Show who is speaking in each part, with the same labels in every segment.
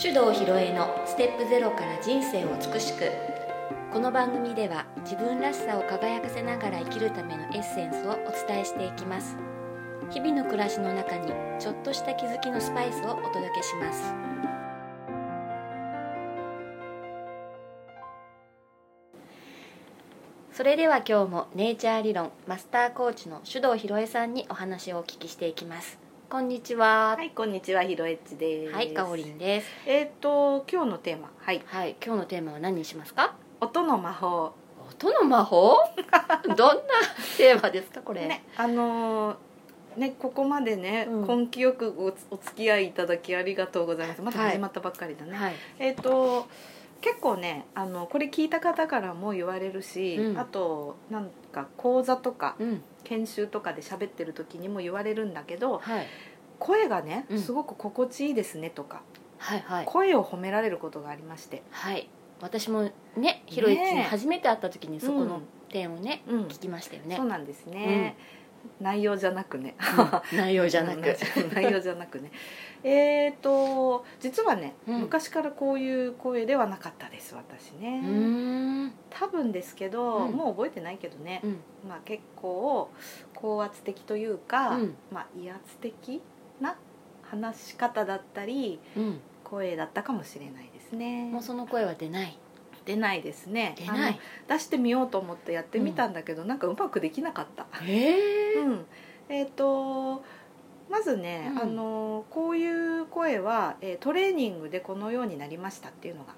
Speaker 1: 手動ひろえのステップゼロから人生を美しくこの番組では自分らしさを輝かせながら生きるためのエッセンスをお伝えしていきます日々の暮らしの中にちょっとした気づきのスパイスをお届けしますそれでは今日もネイチャー理論マスターコーチの手動ひろえさんにお話をお聞きしていきますこんにちは
Speaker 2: はい、こんにちは、ひろえっちです。
Speaker 1: はい、かおりん。です。
Speaker 2: えっ、と、今日のテーマ、はい、
Speaker 1: はい、今日のテーマは何にしますか。
Speaker 2: 音の魔法。
Speaker 1: 音の魔法。 どんなテーマですか、これ。
Speaker 2: ね、あのーね、ここまでね、
Speaker 1: うん
Speaker 2: 根気よくおお付き合いいただきありがとうございます。まだ
Speaker 1: はい
Speaker 2: 始まったばっかりだね。
Speaker 1: はい、
Speaker 2: えっ、と、結構ね、あの、これ聞いた方からも言われるし、
Speaker 1: うん
Speaker 2: あと、なんか講座とか
Speaker 1: うん、
Speaker 2: 研修とかで喋ってる時にも言われるんだけど。
Speaker 1: はい、
Speaker 2: 声がね
Speaker 1: うん、
Speaker 2: すごく心地いいですねとか、
Speaker 1: はい、はい、
Speaker 2: 声を褒められることがありまして。
Speaker 1: はい。私もね、ひろいちに初めて会った時に、そこの点をね、
Speaker 2: うん
Speaker 1: 聞きましたよね
Speaker 2: そう。なんですね、内容じゃなくね
Speaker 1: うん内容じゃなく。
Speaker 2: 内容じゃなくねえっと実はね、
Speaker 1: うん
Speaker 2: 昔からこういう声ではなかったです私
Speaker 1: う
Speaker 2: ね、
Speaker 1: ーん、
Speaker 2: 多分ですけど、
Speaker 1: うん
Speaker 2: もう覚えてないけどね
Speaker 1: う、ん、
Speaker 2: まあ、結構高圧的というか、
Speaker 1: うん
Speaker 2: まあ、威圧的な話し方だったり
Speaker 1: う
Speaker 2: 声だったかもしれないです
Speaker 1: ん、も
Speaker 2: ね
Speaker 1: うその声は出ない。
Speaker 2: 出ないですね
Speaker 1: 出な
Speaker 2: あの
Speaker 1: い。
Speaker 2: 出してみようと思ってやってみたんだけど、なんかうまくできなかった
Speaker 1: ええ。
Speaker 2: うん、えっ、とまずね、
Speaker 1: うん
Speaker 2: あのこういう声は、えートレーニングでこのようになりましたっていうのが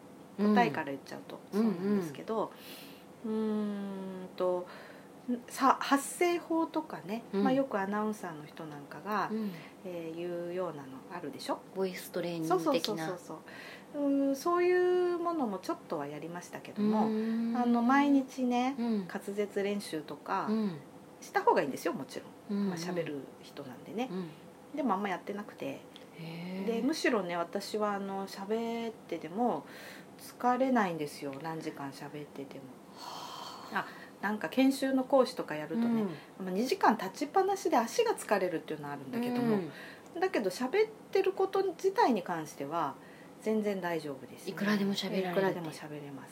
Speaker 2: 答えから言っちゃうと、
Speaker 1: うん
Speaker 2: そうなんですけどうーんとさ発声法とかね、
Speaker 1: うん
Speaker 2: まあ、よくアナウンサーの人なんかが、
Speaker 1: うん。うん。
Speaker 2: えー言うようなのあるでしょ、
Speaker 1: ボイストレーニン
Speaker 2: そう
Speaker 1: グ
Speaker 2: そう
Speaker 1: 的
Speaker 2: そうそ
Speaker 1: な
Speaker 2: う。そううんそういうものもちょっとはやりましたけども、
Speaker 1: も
Speaker 2: あの毎。日ね
Speaker 1: うん。
Speaker 2: 滑舌練習とか
Speaker 1: うん。
Speaker 2: した方がいいんですよもちろん。
Speaker 1: うん
Speaker 2: まあ、喋る人なんでね、
Speaker 1: うん
Speaker 2: でもあんまやってなくて、で
Speaker 1: へ
Speaker 2: むしろね私はあの喋ってでも疲れないんですよ何時間喋っててもあなんか研修の講師とかやるとね、まあ2時間立ちっぱなしで足が疲れるっていうのはあるんだけども、だけど喋ってること自体に関しては全然大丈夫ですね、
Speaker 1: いくらでも喋られる
Speaker 2: いくらでも喋れま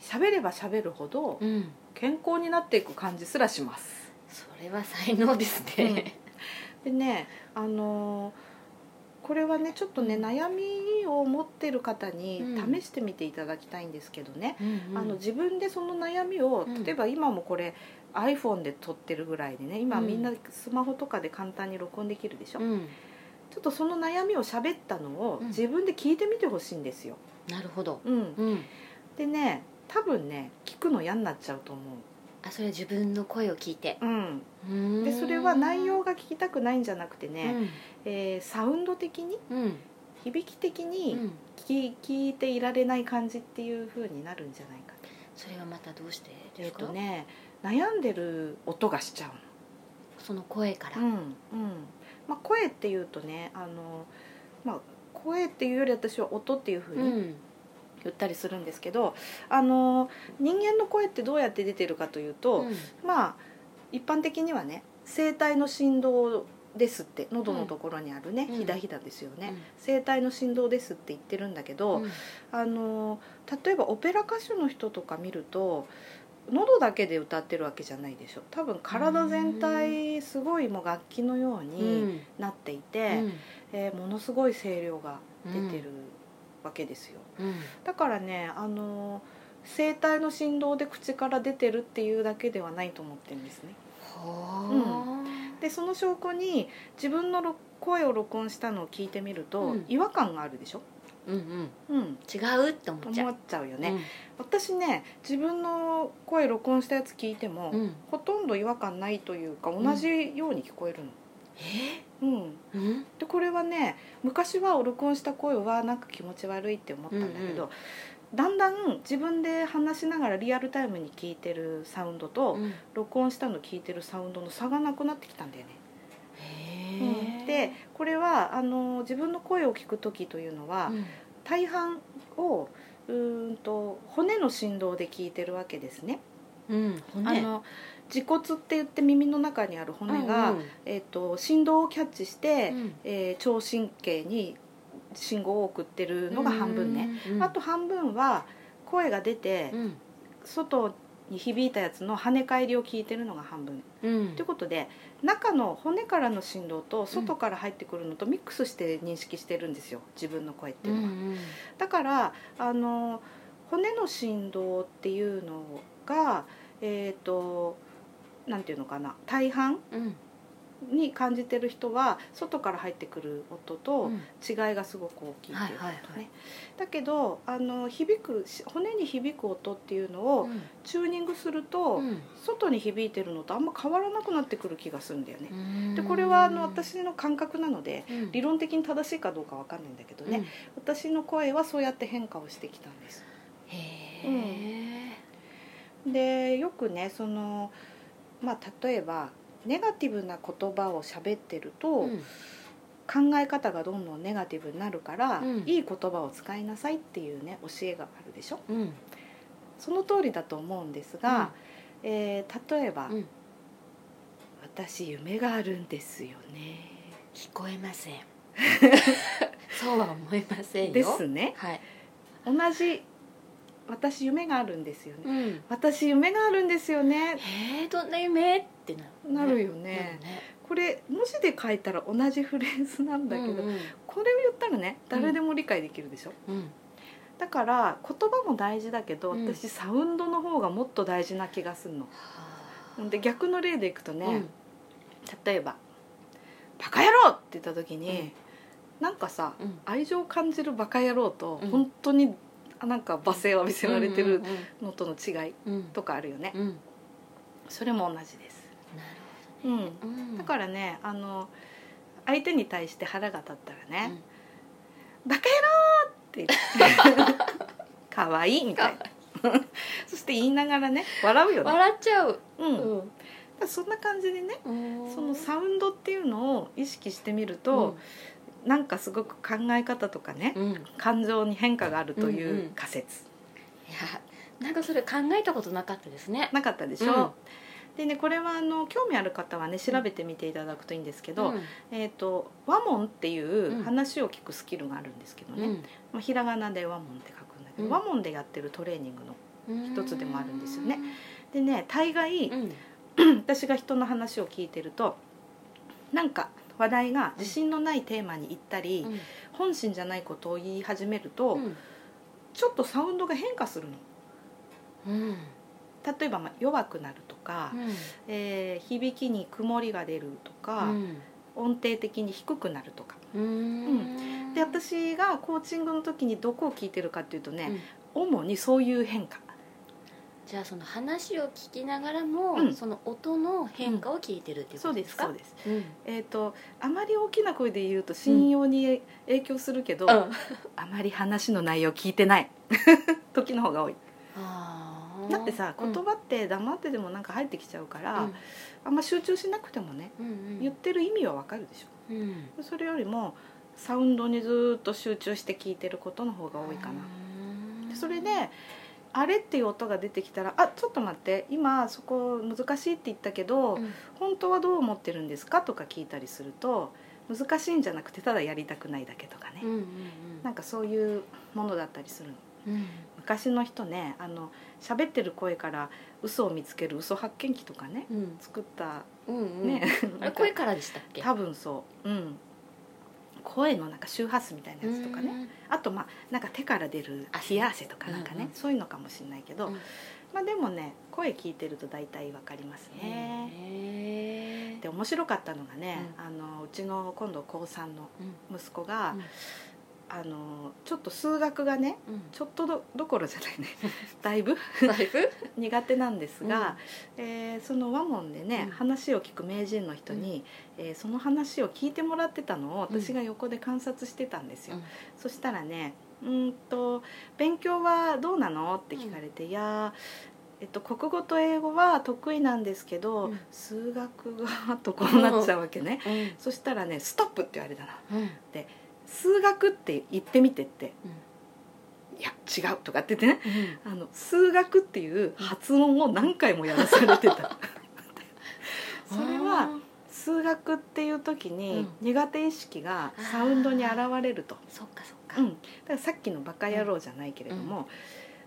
Speaker 2: す喋れば喋るほど
Speaker 1: うん、うん、
Speaker 2: 健康になっていく感じすらします
Speaker 1: それは才能ですね、
Speaker 2: でねあのーこれはねちょっとね悩みを持ってる方に
Speaker 1: うん
Speaker 2: 試してみていただきたいんですけどね、
Speaker 1: うん うん
Speaker 2: あの自分でその悩みを、
Speaker 1: うん
Speaker 2: 例えば今もこれ iPhone で撮ってるぐらいでね今
Speaker 1: うん
Speaker 2: みんなスマホとかで簡単に録音できるでしょ、
Speaker 1: う
Speaker 2: ち
Speaker 1: ん、
Speaker 2: ょっとその悩みを喋ったのを
Speaker 1: うん
Speaker 2: 自分で聞いてみてほしいんですよ、
Speaker 1: なるほど、
Speaker 2: うん、
Speaker 1: うん、
Speaker 2: でね多分ね聞くの嫌になっちゃうと思
Speaker 1: あそれは自分の声を聞いて
Speaker 2: う、うん、
Speaker 1: うーん
Speaker 2: でそれは内容が聞きたくないんじゃなくてね、えーサウンド的に
Speaker 1: うんうん
Speaker 2: 響き的に、
Speaker 1: うん
Speaker 2: 聞聞いていられない感じっていう風になるんじゃないかと。
Speaker 1: それはまたどうしてで
Speaker 2: えっ
Speaker 1: すか、
Speaker 2: とね悩んでる音がしちゃ
Speaker 1: その声から、
Speaker 2: うの。うんうんまあ、声っていうとねあの、まあ、声っていうより私は音っていう風に
Speaker 1: ん
Speaker 2: 言ったりするんですけど、あの人間の声ってどうやって出てるかというと、
Speaker 1: うん
Speaker 2: まあ一般的にはね声帯の振動ですって喉のところにあるね、
Speaker 1: うん
Speaker 2: ひだひだですよね、声帯の振動ですって言ってるんだけ
Speaker 1: う
Speaker 2: ど、
Speaker 1: んうん
Speaker 2: あの例えばオペラ歌手の人とか見ると喉だけで歌ってるわけじゃないでしょ多分体全体すごいもう楽器のようになっていて、えーものすごい声量が出てるわけですよ、
Speaker 1: うん
Speaker 2: だからねあの声帯の振動で口から出てるっていうだけではないと思ってるんですね
Speaker 1: ほ
Speaker 2: でその証拠に自分の録声を録音したのを聞いてみると、
Speaker 1: うん
Speaker 2: 違和感があるでしょ、
Speaker 1: ーうんうん
Speaker 2: うん、
Speaker 1: 違うって思っちゃ
Speaker 2: 思
Speaker 1: う
Speaker 2: っちゃうよね、私ね自分の声録音したやつ聞いても、
Speaker 1: うん、うん、
Speaker 2: ほとんど違和感ないというか同じように聞こえるの、
Speaker 1: え
Speaker 2: うん
Speaker 1: ー、うん
Speaker 2: でこれはね昔は録音した声はなんか気持ち悪いって思ったんだけど、
Speaker 1: う
Speaker 2: だんだん自分で話しながらリアルタイムに聞いてるサウンドと、
Speaker 1: うん
Speaker 2: 録音したの聞いてるサウンドの差がなくなってきたんだよね、
Speaker 1: へ
Speaker 2: う
Speaker 1: ー
Speaker 2: んでこれはあの自分の声を聞く時というのは、
Speaker 1: うん
Speaker 2: 大半をうーんと骨の振動で聞いてるわけですね
Speaker 1: うん、
Speaker 2: あ
Speaker 1: 骨
Speaker 2: の自骨って言って耳の中にある骨が、
Speaker 1: うんうん
Speaker 2: えっと振動をキャッチして、
Speaker 1: うん
Speaker 2: えー聴神経に信号を送ってるのが半分ね、
Speaker 1: うん
Speaker 2: あと半分は声が出て
Speaker 1: うん
Speaker 2: 外に響いたやつの跳ね返りを聞いてるのが半分
Speaker 1: うん
Speaker 2: ということで中の骨からの振動と外から入ってくるのとミックスして認識してるんですよ自分の声っていうのは。だからあの骨の振動っていうのがえっ、となんていうのかな大半
Speaker 1: うん
Speaker 2: に感じてる人は外から入ってくる音
Speaker 1: う
Speaker 2: と
Speaker 1: ん
Speaker 2: 違いがすごく大きいって
Speaker 1: はい
Speaker 2: いう
Speaker 1: はいはい
Speaker 2: ねだけどあの響くし骨に響く音っていうのを
Speaker 1: うん
Speaker 2: チューニングすると、外に響いてるのとあんま変わらなくなってくる気がするんだよね。
Speaker 1: うん
Speaker 2: でこれはあの私の感覚なので
Speaker 1: うん
Speaker 2: 理論的に正しいかどうかわかんないんだけど
Speaker 1: う
Speaker 2: ね、
Speaker 1: ん
Speaker 2: 私の声はそうやって変化をしてきたんです。
Speaker 1: へ
Speaker 2: でよくねその、まあ、例えばネガティブな言葉を喋ってると、
Speaker 1: ーうん
Speaker 2: 考え方がどんどんネガティブになるから、
Speaker 1: うん
Speaker 2: いい言葉を使いなさいっていうね教えがあるでしょ
Speaker 1: うん
Speaker 2: その通りだと思うんですが、えー例えば、
Speaker 1: うん
Speaker 2: 私夢があるんですよね」
Speaker 1: 聞こえま せんそうは思いませんよ
Speaker 2: ですね
Speaker 1: はい
Speaker 2: 同じ「私夢があるんですよね」
Speaker 1: うん
Speaker 2: 私夢があるんですよね」
Speaker 1: へえどんな夢ってなる
Speaker 2: なるよ
Speaker 1: ねなる
Speaker 2: ねこれ文字で書いたら同じフレーズなんだけど、
Speaker 1: うんうん
Speaker 2: これを言ったらね誰でも理解できるでしょ、
Speaker 1: うん
Speaker 2: だから言葉も大事だけど
Speaker 1: うん
Speaker 2: 私サウンドの方がもっと大事な気がするの、で逆の例でいくとね、
Speaker 1: うん
Speaker 2: 例えば「バカ野郎!」って言った時に、なんかさ
Speaker 1: うん
Speaker 2: 愛情を感じるバカ野郎と
Speaker 1: うん
Speaker 2: 本当にあなんか罵声を浴びせられてる
Speaker 1: う
Speaker 2: のとの違い
Speaker 1: んうんうん
Speaker 2: とかあるよね、
Speaker 1: うん
Speaker 2: それも同じです、
Speaker 1: なる
Speaker 2: うん、
Speaker 1: ほどうん
Speaker 2: だからねあの相手に対して腹が立ったらね、バカ野郎って 言ってかわいいみたいなそして言いながらね笑う
Speaker 1: う
Speaker 2: よ
Speaker 1: ん
Speaker 2: ね、
Speaker 1: 笑っちゃう
Speaker 2: うんだか
Speaker 1: う
Speaker 2: らそんな感じでね
Speaker 1: ん
Speaker 2: そのサウンドっていうのを意識してみると、なんかすごく考え方とかね、
Speaker 1: うんうんい
Speaker 2: 感情に変化があると
Speaker 1: うん
Speaker 2: いううん仮説、
Speaker 1: やなんかそれ考えたことなかったですね
Speaker 2: なかったでしょ、でねこれはあの興味ある方はね調べてみていただくといいんですけど、
Speaker 1: うん
Speaker 2: えっ、と和音ってい
Speaker 1: うん
Speaker 2: う話を聞くスキルがあるんですけどね、まあ、ひらがなで和音って書くんだけど、
Speaker 1: うん
Speaker 2: 和音でやってるトレーニングの
Speaker 1: うん
Speaker 2: 一つでもあるんですよねでね大概
Speaker 1: う、ん
Speaker 2: 私が人の話を聞いてるとなんか話題が自信のないテーマに行ったり、
Speaker 1: うん
Speaker 2: 本心じゃないことを言い始めると、
Speaker 1: うん
Speaker 2: ちょっとサウンドが変化するの
Speaker 1: うん
Speaker 2: 例えばまあ弱くなるとか、
Speaker 1: うん
Speaker 2: えー響きに曇りが出るとか、
Speaker 1: うん
Speaker 2: 音程的に低くなるとか
Speaker 1: うん
Speaker 2: で私がコーチングの時にどこを聞いてるかっていうと
Speaker 1: う
Speaker 2: ね、
Speaker 1: ん
Speaker 2: 主にそういう変化
Speaker 1: じゃあその話を聞きながらも、
Speaker 2: うん
Speaker 1: その音の変化を聞いてるっていうことですか、
Speaker 2: そう
Speaker 1: で
Speaker 2: です
Speaker 1: す、うん
Speaker 2: えー、とあまり大きな声で言うと信用に影響するけど、あまり話の内容聞いてない 時の方が多い
Speaker 1: あー
Speaker 2: だってさ
Speaker 1: うん
Speaker 2: 言葉って黙ってでもなんか入ってきちゃうから、
Speaker 1: うん
Speaker 2: あんま集中しなくてもね
Speaker 1: うんうん
Speaker 2: 言ってる意味はわかるでしょ
Speaker 1: うん
Speaker 2: それよりもサウンドにずーっと集中して聞いてることの方が多いかな、
Speaker 1: う
Speaker 2: で
Speaker 1: ん
Speaker 2: それで「あれ?」っていう音が出てきたら「あちょっと待って今そこ難しいって言ったけど、
Speaker 1: うん
Speaker 2: 本当はどう思ってるんですか?」とか聞いたりすると難しいんじゃなくてただやりたくないだけとかね、
Speaker 1: うんうん
Speaker 2: なんかそういうものだったりするの。
Speaker 1: うんうん
Speaker 2: 昔の人ねあの喋ってる声から嘘を見つける嘘発見器とかね
Speaker 1: うん
Speaker 2: 作った
Speaker 1: うんうん
Speaker 2: ね、
Speaker 1: あ
Speaker 2: な
Speaker 1: れ
Speaker 2: んか
Speaker 1: 声からでしたっけ
Speaker 2: 多分そう、うん、声のなんか周波数みたいなやつとかねあとまあなんか手から出る
Speaker 1: あ
Speaker 2: 冷や汗とかなんかね、
Speaker 1: うんうん
Speaker 2: そういうのかもしれないけど、
Speaker 1: うん
Speaker 2: まあでもね声聞いてると大体わかります
Speaker 1: うん
Speaker 2: ね。
Speaker 1: へ
Speaker 2: で面白かったのがね、
Speaker 1: う
Speaker 2: あのうちの今度高3の
Speaker 1: うん
Speaker 2: 息子が、
Speaker 1: うん
Speaker 2: あのちょっと数学がね
Speaker 1: うん
Speaker 2: ちょっとどどころじゃ ないねだいぶ
Speaker 1: 財布
Speaker 2: 苦手なんですが、えーその和門でね、
Speaker 1: うん
Speaker 2: 話を聞く名人の人に、えーその話を聞いてもらってたのを
Speaker 1: うん
Speaker 2: 私が横で観察してたんですよ、
Speaker 1: うん
Speaker 2: そしたらね「うーんと勉強はどうなの?」って聞かれて「いやーえっと、国語と英語は得意なんですけど、
Speaker 1: うん
Speaker 2: 数学がとこうなっちゃうわけね、
Speaker 1: うん
Speaker 2: そしたらね「ストップ!」って言われたの
Speaker 1: うん
Speaker 2: 「数学って言ってみて」って
Speaker 1: うん
Speaker 2: 「いや違う」とかって言ってねあの数学っていう発音を何回もやらされてた それ
Speaker 1: あ
Speaker 2: は
Speaker 1: ー
Speaker 2: 数数学っていう時に
Speaker 1: う
Speaker 2: 苦手意識がサウンドに現れると、
Speaker 1: そっかそっか、
Speaker 2: うん、だからさっきの「バカ野郎」じゃないけれども、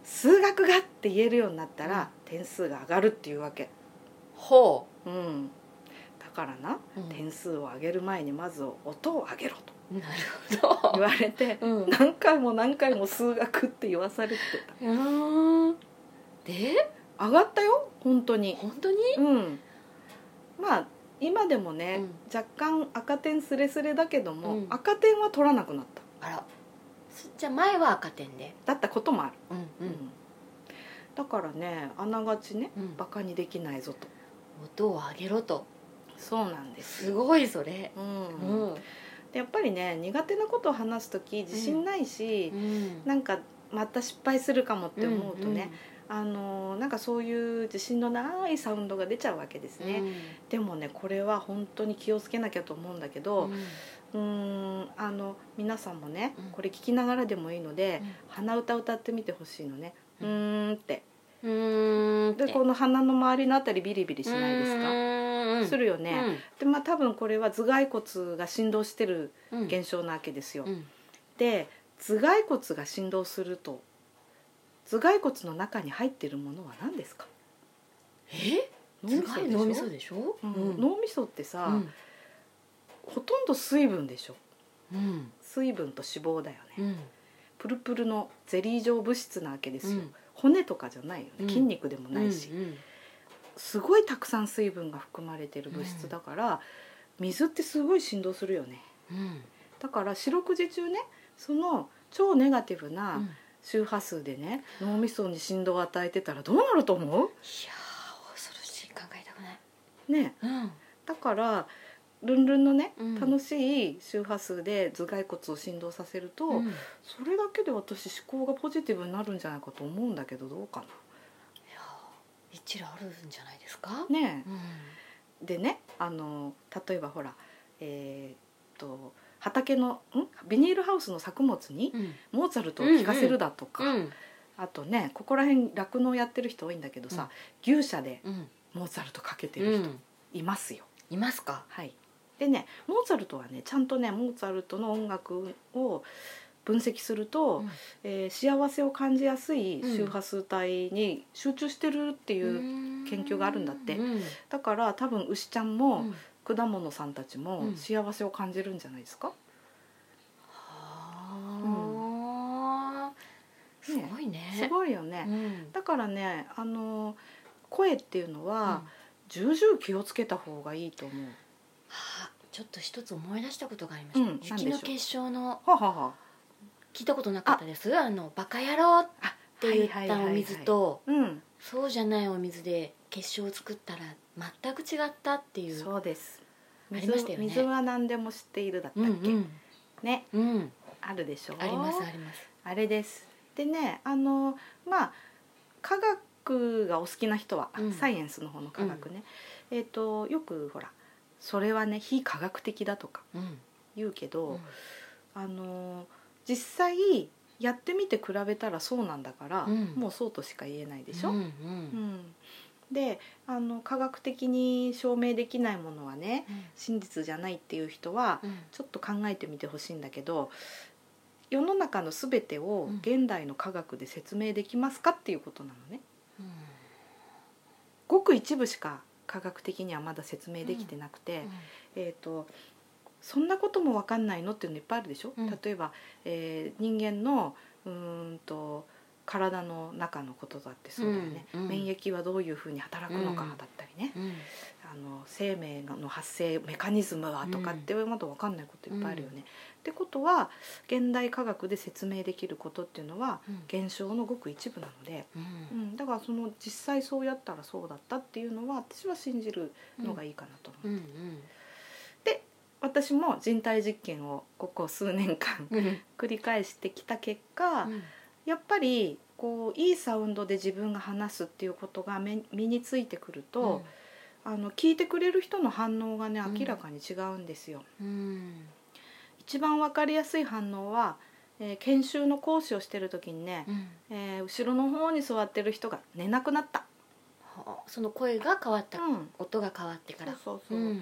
Speaker 2: 数学がって言えるようになったら点数が上がるっていうわけ、
Speaker 1: ほ
Speaker 2: うん、だからな
Speaker 1: う、うん
Speaker 2: 点数を上げる前にまず音を上げろと
Speaker 1: なるほ
Speaker 2: 言
Speaker 1: ど
Speaker 2: われて
Speaker 1: うん
Speaker 2: 何回も何回も数学って言わされてた
Speaker 1: うんで
Speaker 2: 上がったよ本当に
Speaker 1: 本当に
Speaker 2: うんまあ今でもね、
Speaker 1: うん
Speaker 2: 若干赤点スレスレだけども、
Speaker 1: うん
Speaker 2: 赤点は取らなくなった
Speaker 1: あらそじゃあ前は赤点で
Speaker 2: だったこともある、
Speaker 1: うんう
Speaker 2: うんんだからねあながちね
Speaker 1: うん
Speaker 2: バカにできないぞと
Speaker 1: 音を上げろと
Speaker 2: そうなんです
Speaker 1: すごいそれ
Speaker 2: うん
Speaker 1: うん
Speaker 2: でやっぱりね苦手なことを話す時自信ないし、なんかまた失敗するかもって思うとね、あのーなんかそういう自信のないサウンドが出ちゃうわけです
Speaker 1: うん
Speaker 2: ね、でもねこれは本当に気をつけなきゃと思うんだけど、
Speaker 1: うん
Speaker 2: うーんあの皆さんもね、
Speaker 1: うん
Speaker 2: これ聞きながらでもいいので、
Speaker 1: うん
Speaker 2: 鼻歌歌ってみてほしいのね、う
Speaker 1: うん
Speaker 2: ーんって
Speaker 1: うん
Speaker 2: でこの鼻の周りのあたりビリビリしないですか、
Speaker 1: か
Speaker 2: するよね、でまあ多分これは頭蓋骨が振動してる
Speaker 1: 現
Speaker 2: 現象なわけですよ、
Speaker 1: うん
Speaker 2: で頭蓋骨が振動すると頭蓋骨の中に入ってるものは何ですか
Speaker 1: え
Speaker 2: 脳
Speaker 1: す
Speaker 2: みそ
Speaker 1: ごい
Speaker 2: でしょ
Speaker 1: 脳みそでしょ
Speaker 2: うん
Speaker 1: うん
Speaker 2: 脳みそってさ、
Speaker 1: うん
Speaker 2: ほとんど水分でしょ
Speaker 1: うん
Speaker 2: 水分と脂肪だよ
Speaker 1: う
Speaker 2: ね、
Speaker 1: ん
Speaker 2: プルプルのゼリー状物質なわけですよ、
Speaker 1: うん
Speaker 2: 骨とかじゃないよね、
Speaker 1: うん
Speaker 2: 筋肉でもないし、
Speaker 1: うん
Speaker 2: すごいたくさん水分が含まれてる物質だから、水ってすごい振動するよね
Speaker 1: うん
Speaker 2: だから四六時中ねその超ネガティブ
Speaker 1: うんい
Speaker 2: な
Speaker 1: や
Speaker 2: 周波数でね、脳みそに振動を与えてたらどうなると思
Speaker 1: ー恐ろしい考えたくないう
Speaker 2: ね
Speaker 1: うん
Speaker 2: だからルンルンのね、
Speaker 1: うん
Speaker 2: 楽しい周波数で頭蓋骨を振動させると、
Speaker 1: うん
Speaker 2: それだけで私思考がポジティブになるんじゃないかと思うんだけどどうか
Speaker 1: いやー一理あるんじゃないですか。
Speaker 2: なねえ
Speaker 1: うん
Speaker 2: でねあの例えばほらえーっと畑のんビニールハウスの作物に
Speaker 1: うん
Speaker 2: モーツァルトを聴かせるだとか、
Speaker 1: うん
Speaker 2: あとねここら辺酪農やってる人多いんだけどさ、牛舎で
Speaker 1: うん
Speaker 2: モーツァルトかけて
Speaker 1: う
Speaker 2: る人
Speaker 1: ん
Speaker 2: いますよ。
Speaker 1: いますか。
Speaker 2: はい、でねモーツァルトはねちゃんとねモーツァルトの音楽を分析すると、
Speaker 1: うん
Speaker 2: えー幸せを感じやすい周波数帯に集中してるっていう、
Speaker 1: 研
Speaker 2: 研究があるんだって
Speaker 1: うん
Speaker 2: だから多分牛ちゃ
Speaker 1: う
Speaker 2: んも、
Speaker 1: ん
Speaker 2: 果物さんたちも
Speaker 1: うん
Speaker 2: 幸せを感じるんじゃないですか、
Speaker 1: はあす
Speaker 2: ね
Speaker 1: ごいね。
Speaker 2: すごいよね、
Speaker 1: うん
Speaker 2: だからねあの声っていうのは、重々気をつけた方がいいと思う
Speaker 1: はあちょっと一つ思い出したことがありまし
Speaker 2: うん
Speaker 1: た。雪の
Speaker 2: なんでしょう
Speaker 1: 結晶の
Speaker 2: はあはあは
Speaker 1: 聞いたことなかったです。あのバカ野郎っ
Speaker 2: あって
Speaker 1: 言ったお水と
Speaker 2: うん
Speaker 1: そうじゃないお水で結晶を作ったら全く違ったっていう。
Speaker 2: そうです
Speaker 1: あり
Speaker 2: 水
Speaker 1: ましたよね
Speaker 2: 水は何でも知っているだった
Speaker 1: う
Speaker 2: っ
Speaker 1: ん
Speaker 2: け、
Speaker 1: うん
Speaker 2: ね
Speaker 1: うん
Speaker 2: あるでしょ
Speaker 1: ありますあります。
Speaker 2: あれですでねあのまあ科学がお好きな人は、あ
Speaker 1: うん
Speaker 2: サイエンスの方の科学ね、えっ、とよくほらそれはね非科学的だとか
Speaker 1: うん
Speaker 2: 言うけど、
Speaker 1: うん
Speaker 2: あの実際やってみて比べたらそうなんだから、
Speaker 1: うん
Speaker 2: もうそうとしか言えないでしょ。
Speaker 1: う
Speaker 2: うん
Speaker 1: うんん
Speaker 2: であの科学的に証明できないものはね真実じゃないっていう人は
Speaker 1: うん
Speaker 2: ちょっと考えてみてほしいんだけど世の中の全てを
Speaker 1: うん
Speaker 2: 現代の科学で説明できますかっていうことなのね。
Speaker 1: うん
Speaker 2: ごく一部しか科学的にはまだ説明できてなくて、えー、とそんなことも分かんないのっていうのいっぱいあるでしょ、
Speaker 1: うん
Speaker 2: 例えば、えー人間のうーんと体の中のことだってそうだよね、
Speaker 1: うんうん
Speaker 2: 免疫はどういうふうに働くのかだったりね、
Speaker 1: うん
Speaker 2: あの生命の発生メカニズムはとかってまだ分かんないこといっぱいあるよね。ってことは現代科学で説明できることっていうのは
Speaker 1: うん
Speaker 2: 現象のごく一部なので、
Speaker 1: う
Speaker 2: うんん、だからその実際そうやったらそうだったっていうのは私は信じるのがいいかなと思
Speaker 1: うん
Speaker 2: う
Speaker 1: うん
Speaker 2: 私も人体実験をここ数年間
Speaker 1: うん
Speaker 2: 繰り返してきた結果、やっぱりこういいサウンドで自分が話すっていうことがめ身についてくると、あの聞いてくれる人の反応がね
Speaker 1: うん
Speaker 2: 明らかに違うんですよ。
Speaker 1: うん
Speaker 2: 一番わかりやすい反応は、えー研修の講師をしてる時にね、
Speaker 1: うん
Speaker 2: えー後ろの方に座ってる人が寝なくなった。
Speaker 1: はあその声が変わった
Speaker 2: うん
Speaker 1: 音が変わってから
Speaker 2: そうそうそうう、
Speaker 1: ん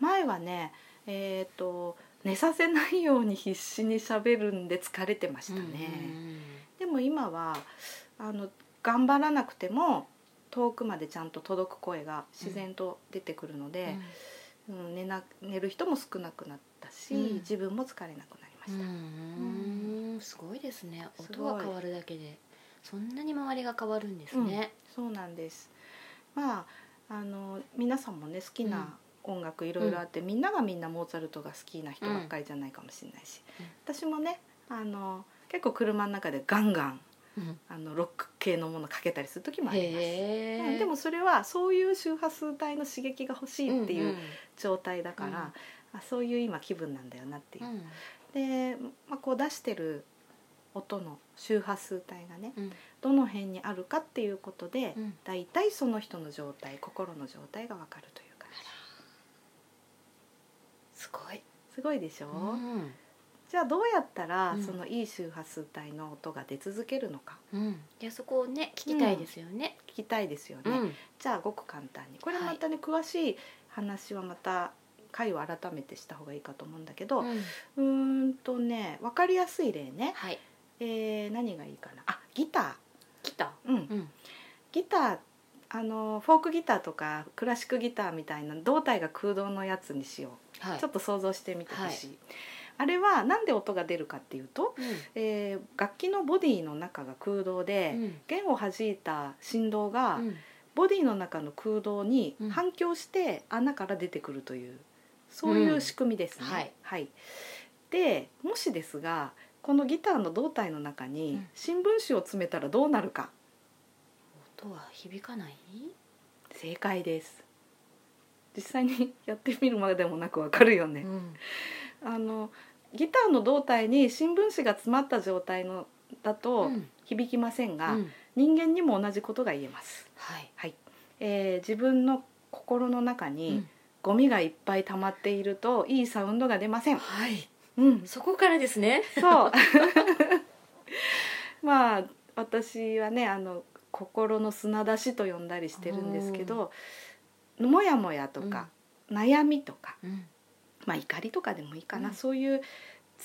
Speaker 2: 前はねえっ、と寝させないように必死に喋るんで疲れてましたね、でも今はあの頑張らなくても遠くまでちゃんと届く声が自然と出てくるので、うん寝な寝る人も少なくなったし、
Speaker 1: うん
Speaker 2: 自分も疲れなくなりま
Speaker 1: う
Speaker 2: し
Speaker 1: ん
Speaker 2: た、
Speaker 1: うんすごいですね
Speaker 2: す
Speaker 1: 音
Speaker 2: ごい
Speaker 1: が変わるだけでそんなに周りが変わるんですね、
Speaker 2: そうなんですまああの皆さんもね好きな音楽いろいろあって、みんながみんなモーツァルトが好きな人ばっかりじゃないかもしれないし、私もねあの結構車の中でガンガン
Speaker 1: うん
Speaker 2: あのロック系のものかけたりする時もあります、
Speaker 1: へ
Speaker 2: うん
Speaker 1: え
Speaker 2: でもそれはそういう周波数帯の刺激が欲しいっていう状態だから、
Speaker 1: うん
Speaker 2: あそういう今気分なんだよなっていうう、
Speaker 1: んうん
Speaker 2: で、まあ、こう出してる音の周波数帯がね
Speaker 1: うん
Speaker 2: どの辺にあるかっていうことで、
Speaker 1: うん
Speaker 2: だいたいその人の状態心の状態がわかるというか
Speaker 1: すごい、
Speaker 2: すごいでしょ、
Speaker 1: うん
Speaker 2: じゃあどうやったら、
Speaker 1: うん
Speaker 2: そのいい周波数帯の音が出続けるのか
Speaker 1: うん、いやそこをね聞きたいですよね、
Speaker 2: 聞きたいですよね、
Speaker 1: うん
Speaker 2: じゃあごく簡単にこれまたね、詳しい話はまた回を改めてした方がいいかと思うんだけど、う
Speaker 1: うん
Speaker 2: ーんとねわかりやすい例ね、
Speaker 1: はい
Speaker 2: えー何がいいかなあギタ
Speaker 1: 来た
Speaker 2: ーうん、
Speaker 1: うん
Speaker 2: ギターあのフォークギターとかクラシックギターみたいな胴体が空洞のやつにしよう
Speaker 1: はい
Speaker 2: ちょ
Speaker 1: っ
Speaker 2: っと想像してみてほしい、あれはなんで音が出るかっていうと、えー楽器のボディの中が空洞で、弦を弾いた振動が、ボディの中の空洞に
Speaker 1: うん
Speaker 2: 反響して穴から出てくるというそういう仕組みですね。
Speaker 1: うんはい
Speaker 2: でもしですがこのギターの胴体の中
Speaker 1: う
Speaker 2: に
Speaker 1: ん
Speaker 2: 新聞紙を詰めたらどうなるか、
Speaker 1: 音は響かない
Speaker 2: 正解です実際にやってみるまでもなくわかるよね。
Speaker 1: ん
Speaker 2: あのギターの胴体に新聞紙が詰まった状態のだと
Speaker 1: うん
Speaker 2: 響きませんが、
Speaker 1: うん
Speaker 2: 人間にも同じことが言えます、
Speaker 1: はい
Speaker 2: えー自分の心の中
Speaker 1: う
Speaker 2: に
Speaker 1: ん
Speaker 2: ゴミがいっぱい溜まっているといいサウンドが出ません、
Speaker 1: はい
Speaker 2: うん、
Speaker 1: そこからですね
Speaker 2: そう まあ私はねあの心の砂出しと呼んだりしてるんですけどもやもやとか、悩みとか
Speaker 1: うん
Speaker 2: まあ怒りとかでもいいかな、
Speaker 1: うん
Speaker 2: そういう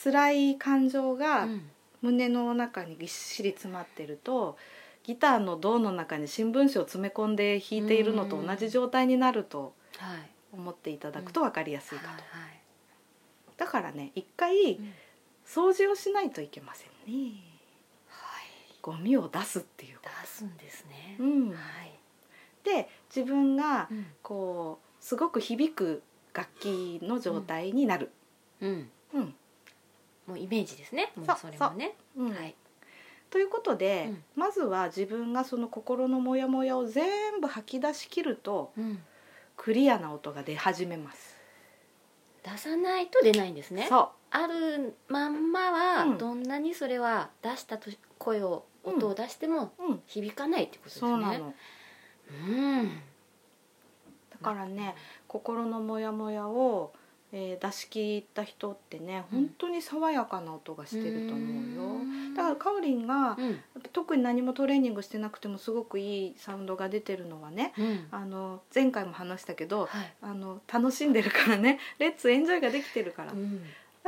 Speaker 2: 辛い感情
Speaker 1: う
Speaker 2: が
Speaker 1: ん
Speaker 2: 胸の中にぎっしり詰まってるとギターの胴の中に新聞紙を詰め込んで弾いているのと同じ状態になると
Speaker 1: はい
Speaker 2: 思っていただくと分かりやすいかと、
Speaker 1: はい
Speaker 2: だからね一回
Speaker 1: うん
Speaker 2: 掃除をしないといけませんね
Speaker 1: はい
Speaker 2: ゴミを出すっていうこ
Speaker 1: 出すんですね
Speaker 2: と、うん
Speaker 1: はい
Speaker 2: で自分が
Speaker 1: うん
Speaker 2: こうすごく響く楽器の状態になる、
Speaker 1: うん
Speaker 2: うん
Speaker 1: もうイメージですねもう
Speaker 2: そう
Speaker 1: それもね
Speaker 2: うん
Speaker 1: はい
Speaker 2: ということで、
Speaker 1: うん
Speaker 2: まずは自分がその心のモヤモヤを全部吐き出し切ると
Speaker 1: うん
Speaker 2: クリアな音が出始めます。
Speaker 1: 出さないと出ないんですね
Speaker 2: そ
Speaker 1: あるまんまは、
Speaker 2: うん
Speaker 1: どんなにそれは出したとし声を
Speaker 2: うん
Speaker 1: 音を出しても
Speaker 2: う、うん、
Speaker 1: 響かないってことですね。
Speaker 2: そうなの。
Speaker 1: うん。
Speaker 2: だからね、心のモヤモヤを、えー出し切った人ってね、
Speaker 1: うん
Speaker 2: 本当に爽やかな音がしてると思うよ。だから
Speaker 1: か
Speaker 2: カオリンが
Speaker 1: ら、うん、
Speaker 2: 特に何もトレーニングしてなくてもすごくいいサウンドが出てるのはね、
Speaker 1: うん、
Speaker 2: あの前回も話したけど。
Speaker 1: はい。
Speaker 2: あの楽しんでるからねレッツエンジョイができてるから,、
Speaker 1: ん、
Speaker 2: だか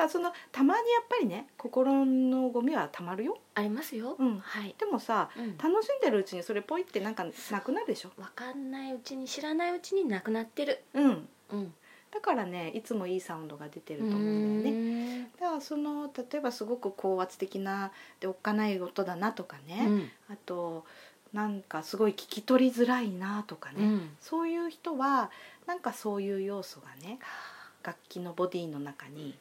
Speaker 2: らそのたまにやっぱりね心のゴミはたまるよ
Speaker 1: ありますよ。
Speaker 2: うん
Speaker 1: はい。
Speaker 2: でもさ
Speaker 1: うん。
Speaker 2: 楽しんでるうちにそれポイってなんかなくなるでしょ
Speaker 1: わかんないうちに知らないうちになくなってる。
Speaker 2: うん
Speaker 1: うん。
Speaker 2: だからねいつもいいサウンドが出てると
Speaker 1: う
Speaker 2: 思うんだよね。
Speaker 1: ん
Speaker 2: だからその例えばすごく高圧的なでおっかない音だなとか
Speaker 1: う
Speaker 2: ね、
Speaker 1: ん。
Speaker 2: あとなんかすごい聞き取りづらいなとかね、
Speaker 1: うん。
Speaker 2: そういう人はなんかそういう要素がね楽器のボディの中に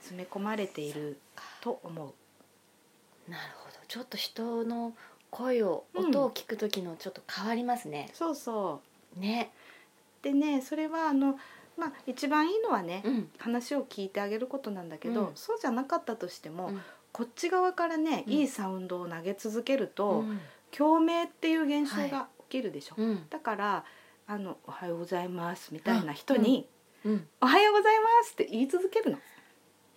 Speaker 2: 詰め込まれていると思う。
Speaker 1: なるほど。ちょっと人の声を、
Speaker 2: うん
Speaker 1: 音を聞く時のちょっと変わりますね。
Speaker 2: そうそう
Speaker 1: ね。
Speaker 2: でねそれはあの、まあ、一番いいのはね、
Speaker 1: うん。
Speaker 2: 話を聞いてあげることなんだけど、
Speaker 1: うん
Speaker 2: そうじゃなかったとしても、
Speaker 1: うん
Speaker 2: こっち側からね、
Speaker 1: うん
Speaker 2: いいサウンドを投げ続けると、
Speaker 1: うん
Speaker 2: 共鳴っていう現象が起きるでしょ、
Speaker 1: うん。
Speaker 2: だからあの「おはようございます」みたいな人に
Speaker 1: うん。
Speaker 2: 「おはようございます」って言い続けるの。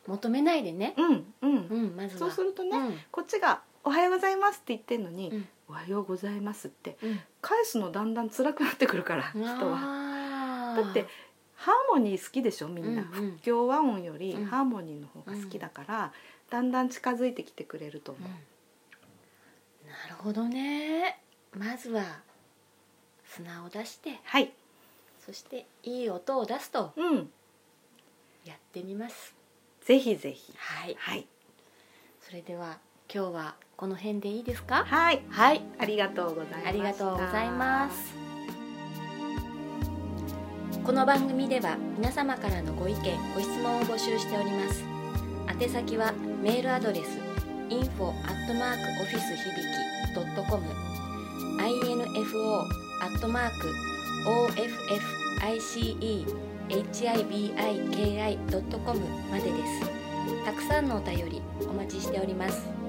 Speaker 1: 求めないでね。
Speaker 2: うんうん、
Speaker 1: うん。まずは。
Speaker 2: そうするとね、
Speaker 1: うん。
Speaker 2: こっちが「おはようございます」って言ってんのに「
Speaker 1: うん
Speaker 2: おはようございます」って
Speaker 1: うん
Speaker 2: 返すのだんだん辛くなってくるから人は。
Speaker 1: は
Speaker 2: だってハーモニー好きでしょみんな、
Speaker 1: うんうん
Speaker 2: 不協和音より
Speaker 1: うん
Speaker 2: ハーモニーの方が好きだから、だんだん近づいてきてくれると思う、
Speaker 1: うんなるほどねまずは砂を出して
Speaker 2: はい
Speaker 1: そしていい音を出すと
Speaker 2: うん
Speaker 1: やってみます
Speaker 2: ぜひぜひ
Speaker 1: はい
Speaker 2: はい
Speaker 1: それでは今日はこの辺でいいですか
Speaker 2: はい
Speaker 1: はい
Speaker 2: ありがとうございました
Speaker 1: ありがとうございますこの番組では皆様からのご意見ご質問を募集しております宛先はメールアドレス info office 響き .com info officehibiki.com までですたくさんのお便りお待ちしております